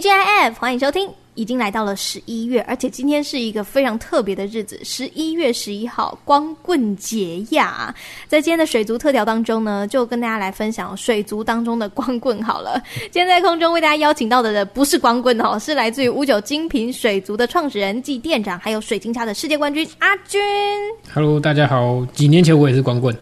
TGIF，欢迎收听。已经来到了十一月，而且今天是一个非常特别的日子，十一月十一号光棍节呀！在今天的水族特调当中呢，就跟大家来分享水族当中的光棍好了。今天在空中为大家邀请到的人不是光棍哦，是来自于五九精品水族的创始人暨店长，还有水晶虾的世界冠军阿军。 Hello，大家好。几年前我也是光棍，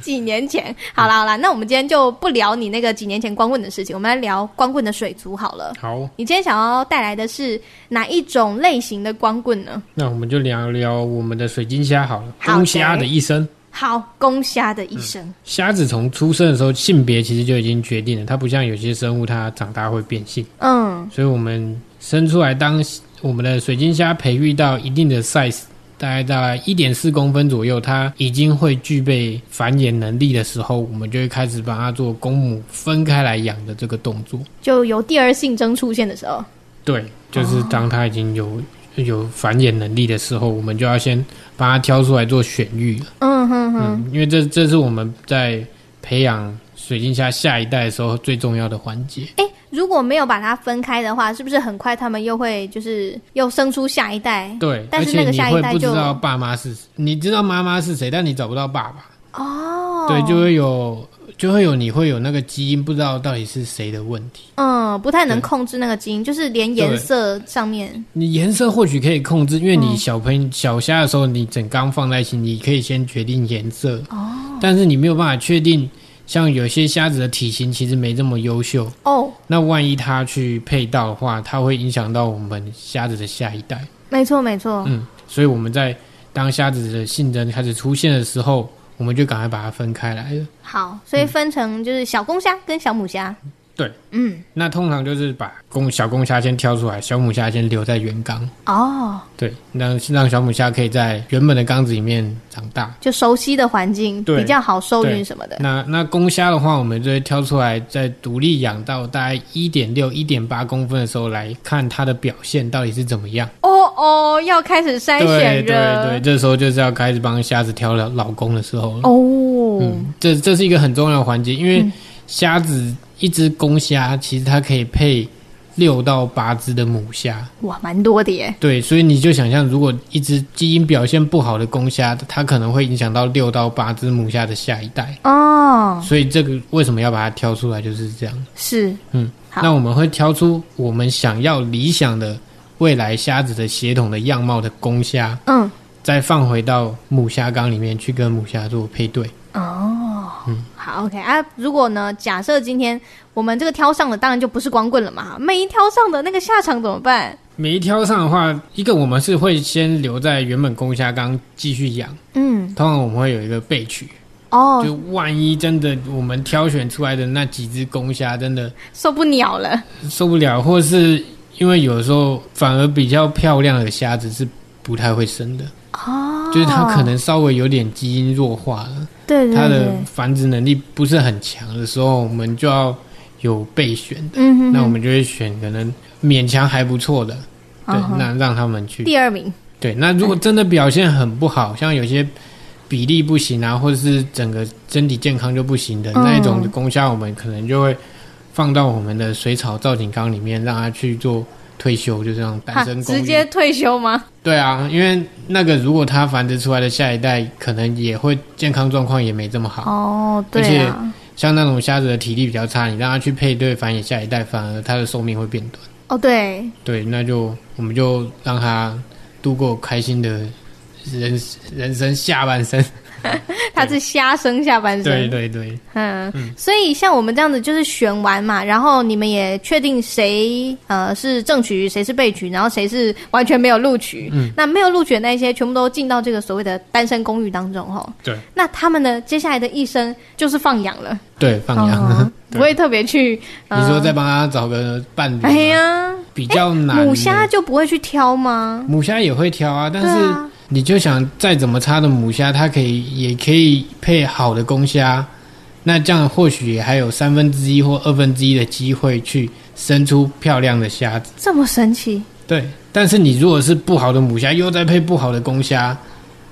几年前，好啦好啦，那我们今天就不聊你那个几年前光棍的事情，我们来聊光棍的水族好了。好，你今天想要带来的是哪一种类型的光棍呢？那我们就聊聊我们的水晶虾好了。好的公虾的一生，好，公虾的一生、虾子从出生的时候性别其实就已经决定了，它不像有些生物它长大会变性，嗯，所以我们生出来当我们的水晶虾培育到一定的 size，大概大概一点四公分左右，它已经会具备繁衍能力的时候，我们就会开始把它做公母分开来养的这个动作。就由第二性征出现的时候，对，就是当它已经有、有繁衍能力的时候，我们就要先把它挑出来做选育了。嗯哼哼，嗯，因为这这是我们在培养水晶虾下一代的时候最重要的环节。哎、如果没有把它分开的话，是不是很快他们又会就是又生出下一代？对，但而是且那个你下一会代不知就道爸妈是，你知道妈妈是谁，但你找不到爸爸。哦，对，就会有就会有你会有那个基因不知道到底是谁的问题。嗯，不太能对控制那个基因，就是连颜色上面，你颜色或许可以控制，因为你嗯小朋友、小虾的时候，你整缸放在一起，你可以先决定颜色。哦，但是你没有办法确定，像有些虾子的体型其实没这么优秀，哦，那万一它去配到的话，它会影响到我们虾子的下一代。没错没错，嗯，所以我们在当虾子的性征开始出现的时候，我们就赶快把它分开来了。好，所以分成就是小公虾跟小母虾，对，嗯，那通常就是把公小公虾先挑出来，小母虾先留在原缸。哦，对，让让小母虾可以在原本的缸子里面长大。就熟悉的环境对比较好收对孕什么的，那那公虾的话，我们就会挑出来，在独立养到大概一点六、一点八公分的时候来看它的表现到底是怎么样。哦哦，要开始筛对选对了。对，这时候就是要开始帮虾子挑老老公的时候了。哦，嗯，这这是一个很重要的环节，因嗯为虾子一只公虾其实它可以配六到八只的母虾。哇，蛮多的耶。对，所以你就想象，如果一只基因表现不好的公虾，它可能会影响到六到八只母虾的下一代。哦，所以这个为什么要把它挑出来，就是这样。是，嗯，好那我们会挑出我们想要理想的未来虾子的血统的样貌的公虾，嗯，再放回到母虾缸里面去跟母虾做配对。哦，好，OK 啊。如果呢，假设今天我们这个挑上了，当然就不是光棍了嘛。没挑上的那个下场怎么办？每一挑上的话，一个我们是会先留在原本公虾缸继续养，嗯，通常我们会有一个备取，哦，就万一真的我们挑选出来的那几只公虾真的受不了了。受不了，或是因为有时候反而比较漂亮的虾子是不太会生的，哦，就是它可能稍微有点基因弱化了。对对它对的，繁殖能力不是很强的时候，我们就要有备选的。嗯哼哼，那我们就会选可能勉强还不错的，对，嗯哼那让他们去。第二名，对，那如果真的表现很不好，像有些比例不行啊，或者是整个身体健康就不行的、嗯那一种的功效，我们可能就会放到我们的水草造景缸里面，让它去做退休，就这样单哈，身公直寓接退休吗？对啊，因为那个如果它繁殖出来的下一代，可能也会健康状况也没这么好。哦，而对且啊。像那种虾子的体力比较差，你让它去配对繁衍下一代，反而它的寿命会变短。哦，对，对，那就我们就让它度过开心的人 人生下半生。他是瞎生下半身。对对对，嗯，所以像我们这样子就是选完嘛，然后你们也确定谁呃是正取，谁是被取，然后谁是完全没有录取。嗯，那没有录取的那些全部都进到这个所谓的单身公寓当中吼。对那他们的接下来的一生就是放养了，对，放羊。哦不 对会特别去。呃 你说再帮它找个伴侣，哎呀，比较难的。哎母虾就不会去挑吗？母虾也会挑啊，但对是啊你就想再怎么差的母虾，它可以也可以配好的公虾，那这样或许也还有三分之一或二分之一的机会去生出漂亮的虾子。这么神奇对，但是你如果是不好的母虾，又再配不好的公虾，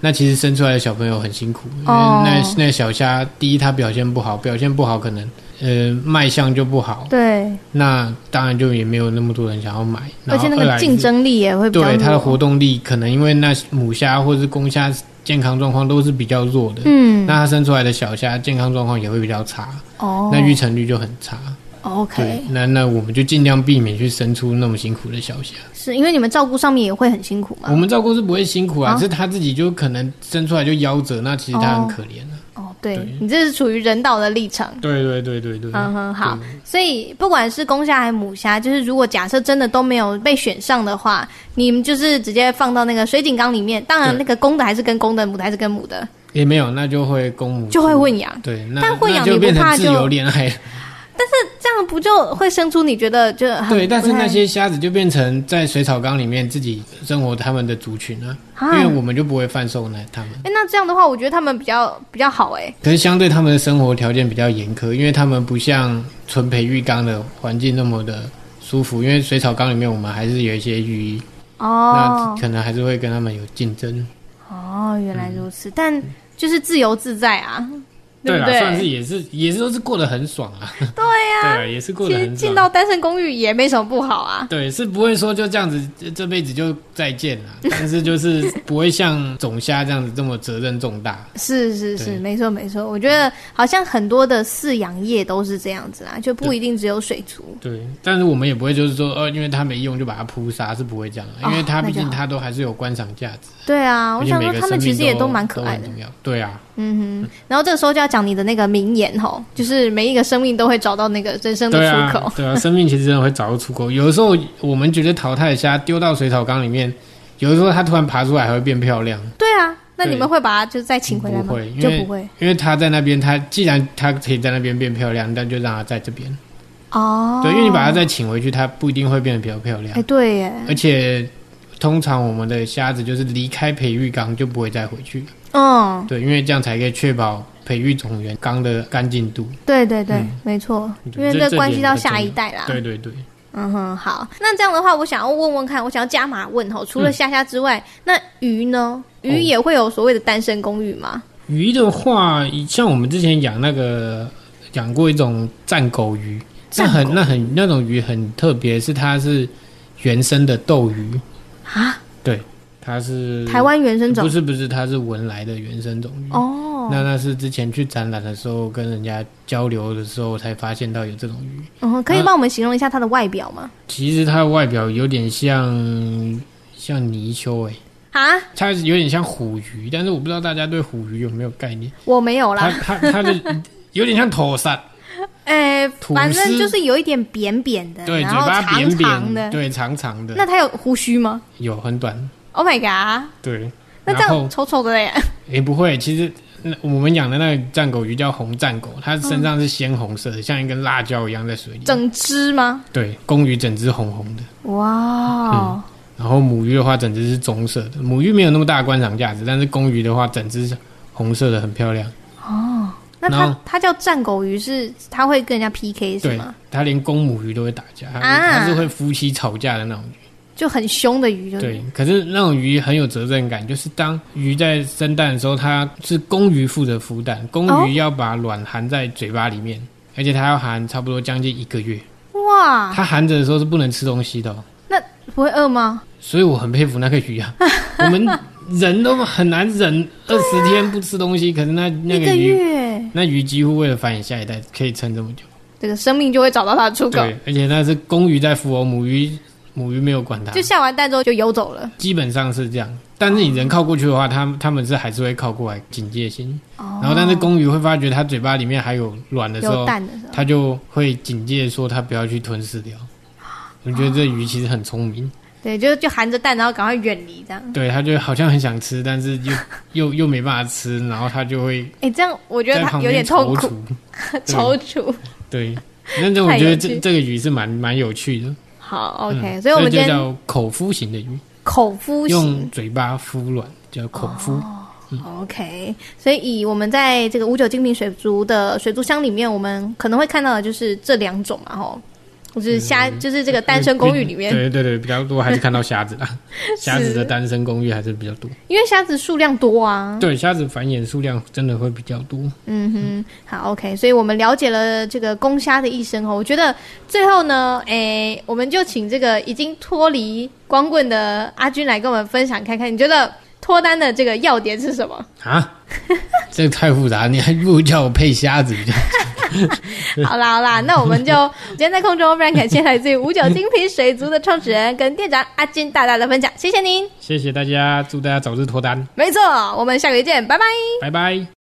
那其实生出来的小朋友很辛苦，因为哦那那小虾，第一它表现不好，表现不好可能呃卖相就不好，对，那当然就也没有那么多人想要买。而然且后那二个来竞是争力也会比较对它的弱活动力，可能因为那母虾或是公虾健康状况都是比较弱的，嗯那它生出来的小虾健康状况也会比较差，哦，那育成率就很差。对 OK，，那那我们就尽量避免去生出那么辛苦的小虾。是因为你们照顾上面也会很辛苦我嘛？们照顾是不会辛苦啊，啊只是它自己就可能生出来就夭折，那其实它很可怜啊。哦，对对你这是处于人道的立场。对对对对对，嗯哼，好对，所以不管是公虾还是母虾，就是如果假设真的都没有被选上的话，你们就是直接放到那个水井缸里面。当然，对那个公的还是跟公的，母的还是跟母的，也没有，那就会公母就会猪混养。对，那但混养那就你不变成怕自就由恋爱了。这样不就会生出你觉得就很对，但是啊不太那些虾子就变成在水草缸里面自己生活他们的族群啊，啊，因为哎、我们就不会贩售呢他们。那这样的话，我觉得他们比较比较好哎、可是相对他们的生活条件比较严苛，因为他们不像纯培育缸的环境那么的舒服，因为水草缸里面我们还是有一些鱼，那哦可能还是会跟他们有竞争。哦，原来如此，但就是自由自在啊，不啦，对？算是也是也是都是过得很爽啊。 对呀、 对啊，也是过其得实很进爽。到单身公寓也没什么不好啊。对，是不会说就这样子这这辈子就再见 了，但是就是不会像种虾这样子这么责任重大。是是是，对没错没错。我觉得好像很多的饲养业都是这样子啦，就不一定只有水族。对，但是我们也不会就是说，呃，因为它没用就把它扑杀，是不会这样的，哦因为它那毕就竟好它都还是有观赏价值。对啊，我而且想每说个他们生其命实也都都蛮可爱的都很。重要对啊，嗯哼，然后这个时候就要讲你的那个名言吼，就是每一个生命都会找到那个人生的对出口。啊， 对啊，生命其实真的会找到出口。有的时候我们觉得淘汰的虾丢到水草缸里面，有的时候它突然爬出来还会变漂亮。对啊，那对你们会把它就再请回来吗不会因？为就不会因为它在那边，它既然它可以在那边变漂亮，但就让它在这边。哦。对，因为你把它再请回去，它不一定会变得比较漂亮哎，。对耶，而且，通常我们的虾子就是离开培育缸就不会再回去。嗯，对，因为这样才可以确保培育种源缸的干净度。对对对，没错，因嗯对为这这这关点系到比较下重一要代啦。对对对，嗯哼，好，那这样的话，我想要问问看，我想要加码问吼，除了虾虾之外，那鱼呢？鱼哦也会有所谓的单身公寓吗？鱼的话，像我们之前养那个养过一种战狗鱼，那战很狗那很那种鱼很特别，是它是原生的斗鱼，啊，它是台湾原生不种是不是，它是文莱的原生种鱼。哦，那那是之前去展览的时候，跟人家交流的时候才发现到有这种鱼。嗯哼，可以帮我们形容一下它的外表吗？其实它的外表有点像像泥鳅、欸，啊，它有点像虎鱼，但是我不知道大家对虎鱼有没有概念。我没有它啦，它它的有点像头鲨，哎，吐反正司就是有一点扁扁的，对，然嘴后巴长扁长扁的。对，长长的，那它有胡须吗有很短， ？Oh my god！对。那这然后样丑丑的耶，也不会，其实那我们养的那个战狗鱼叫红战狗，它身上是鲜红色的，像一根辣椒一样在水里。整只吗？对，公鱼整只红红的。哇哦，然后母鱼的话，整只是棕色的。母鱼没有那么大的观赏价值，但是公鱼的话，整只是红色的，很漂亮。那然它后它叫战狗鱼是它会跟人家 PK 是对吗？，它连公母鱼都会打架，它是,、啊它是会夫妻吵架的那种鱼。就很凶的鱼就对，可是那种鱼很有责任感，就是当鱼在生蛋的时候，它是公鱼负责孵蛋，公哦鱼要把卵含在嘴巴里面，而且它要含差不多将近一个月。哇，它含着的时候是不能吃东西的哦、不会饿吗？所以我很佩服那个 鱼啊。我们人都很难忍二十天不吃东西，可是那那一个个鱼，月，那鱼几乎为了繁衍下一代可以撑这么久。这个生命就会找到它的出口，对，而且那是公鱼在孵哦，母鱼母鱼没有管它就，下完蛋之后就游走了。基本上是这样。但是你人靠过去的话，它它们是还是会靠过来警戒心。哦然后，但是公鱼会发觉它嘴巴里面还有卵的时有候，蛋的时候，它就会警戒说它不要去吞噬掉。啊我觉得这鱼其实很聪明。对，就就含着蛋，然后赶快远离这样。对，他就好像很想吃，但是又 又又没办法吃，然后他就会哎，这样我觉得在它旁有边点踌痛躇苦，。踌躇。 对，但是我觉太得有这趣这个鱼是蛮蛮有趣的。好，OK，嗯所以我们今天就叫口孵型的鱼，口孵型用嘴巴孵卵叫口孵。哦，OK，所以以我们在这个五九精品水族的水族箱里面，我们可能会看到的就是这两种嘛，吼。就是虾，就是这个单身公寓里面，嗯对对对，比较多还是看到虾 子啦，虾子的单身公寓还是比较多。因为虾子数量多啊。对，虾子繁衍数量真的会比较多。嗯哼，好，OK，所以我们了解了这个公虾的一生哦。我觉得最后呢，诶、我们就请这个已经脱离光棍的阿军来跟我们分享看看，你觉得脱单的这个要点是什么？啊， 这个太复杂，你还不如叫我配瞎子比较。好啦好啦，那我们就 今天在空中，非常感谢来自于五九精品水族的创始人跟店长阿军大大的分享，谢谢您。谢谢大家，祝大家早日脱单，没错，我们下个月见，拜拜。拜拜。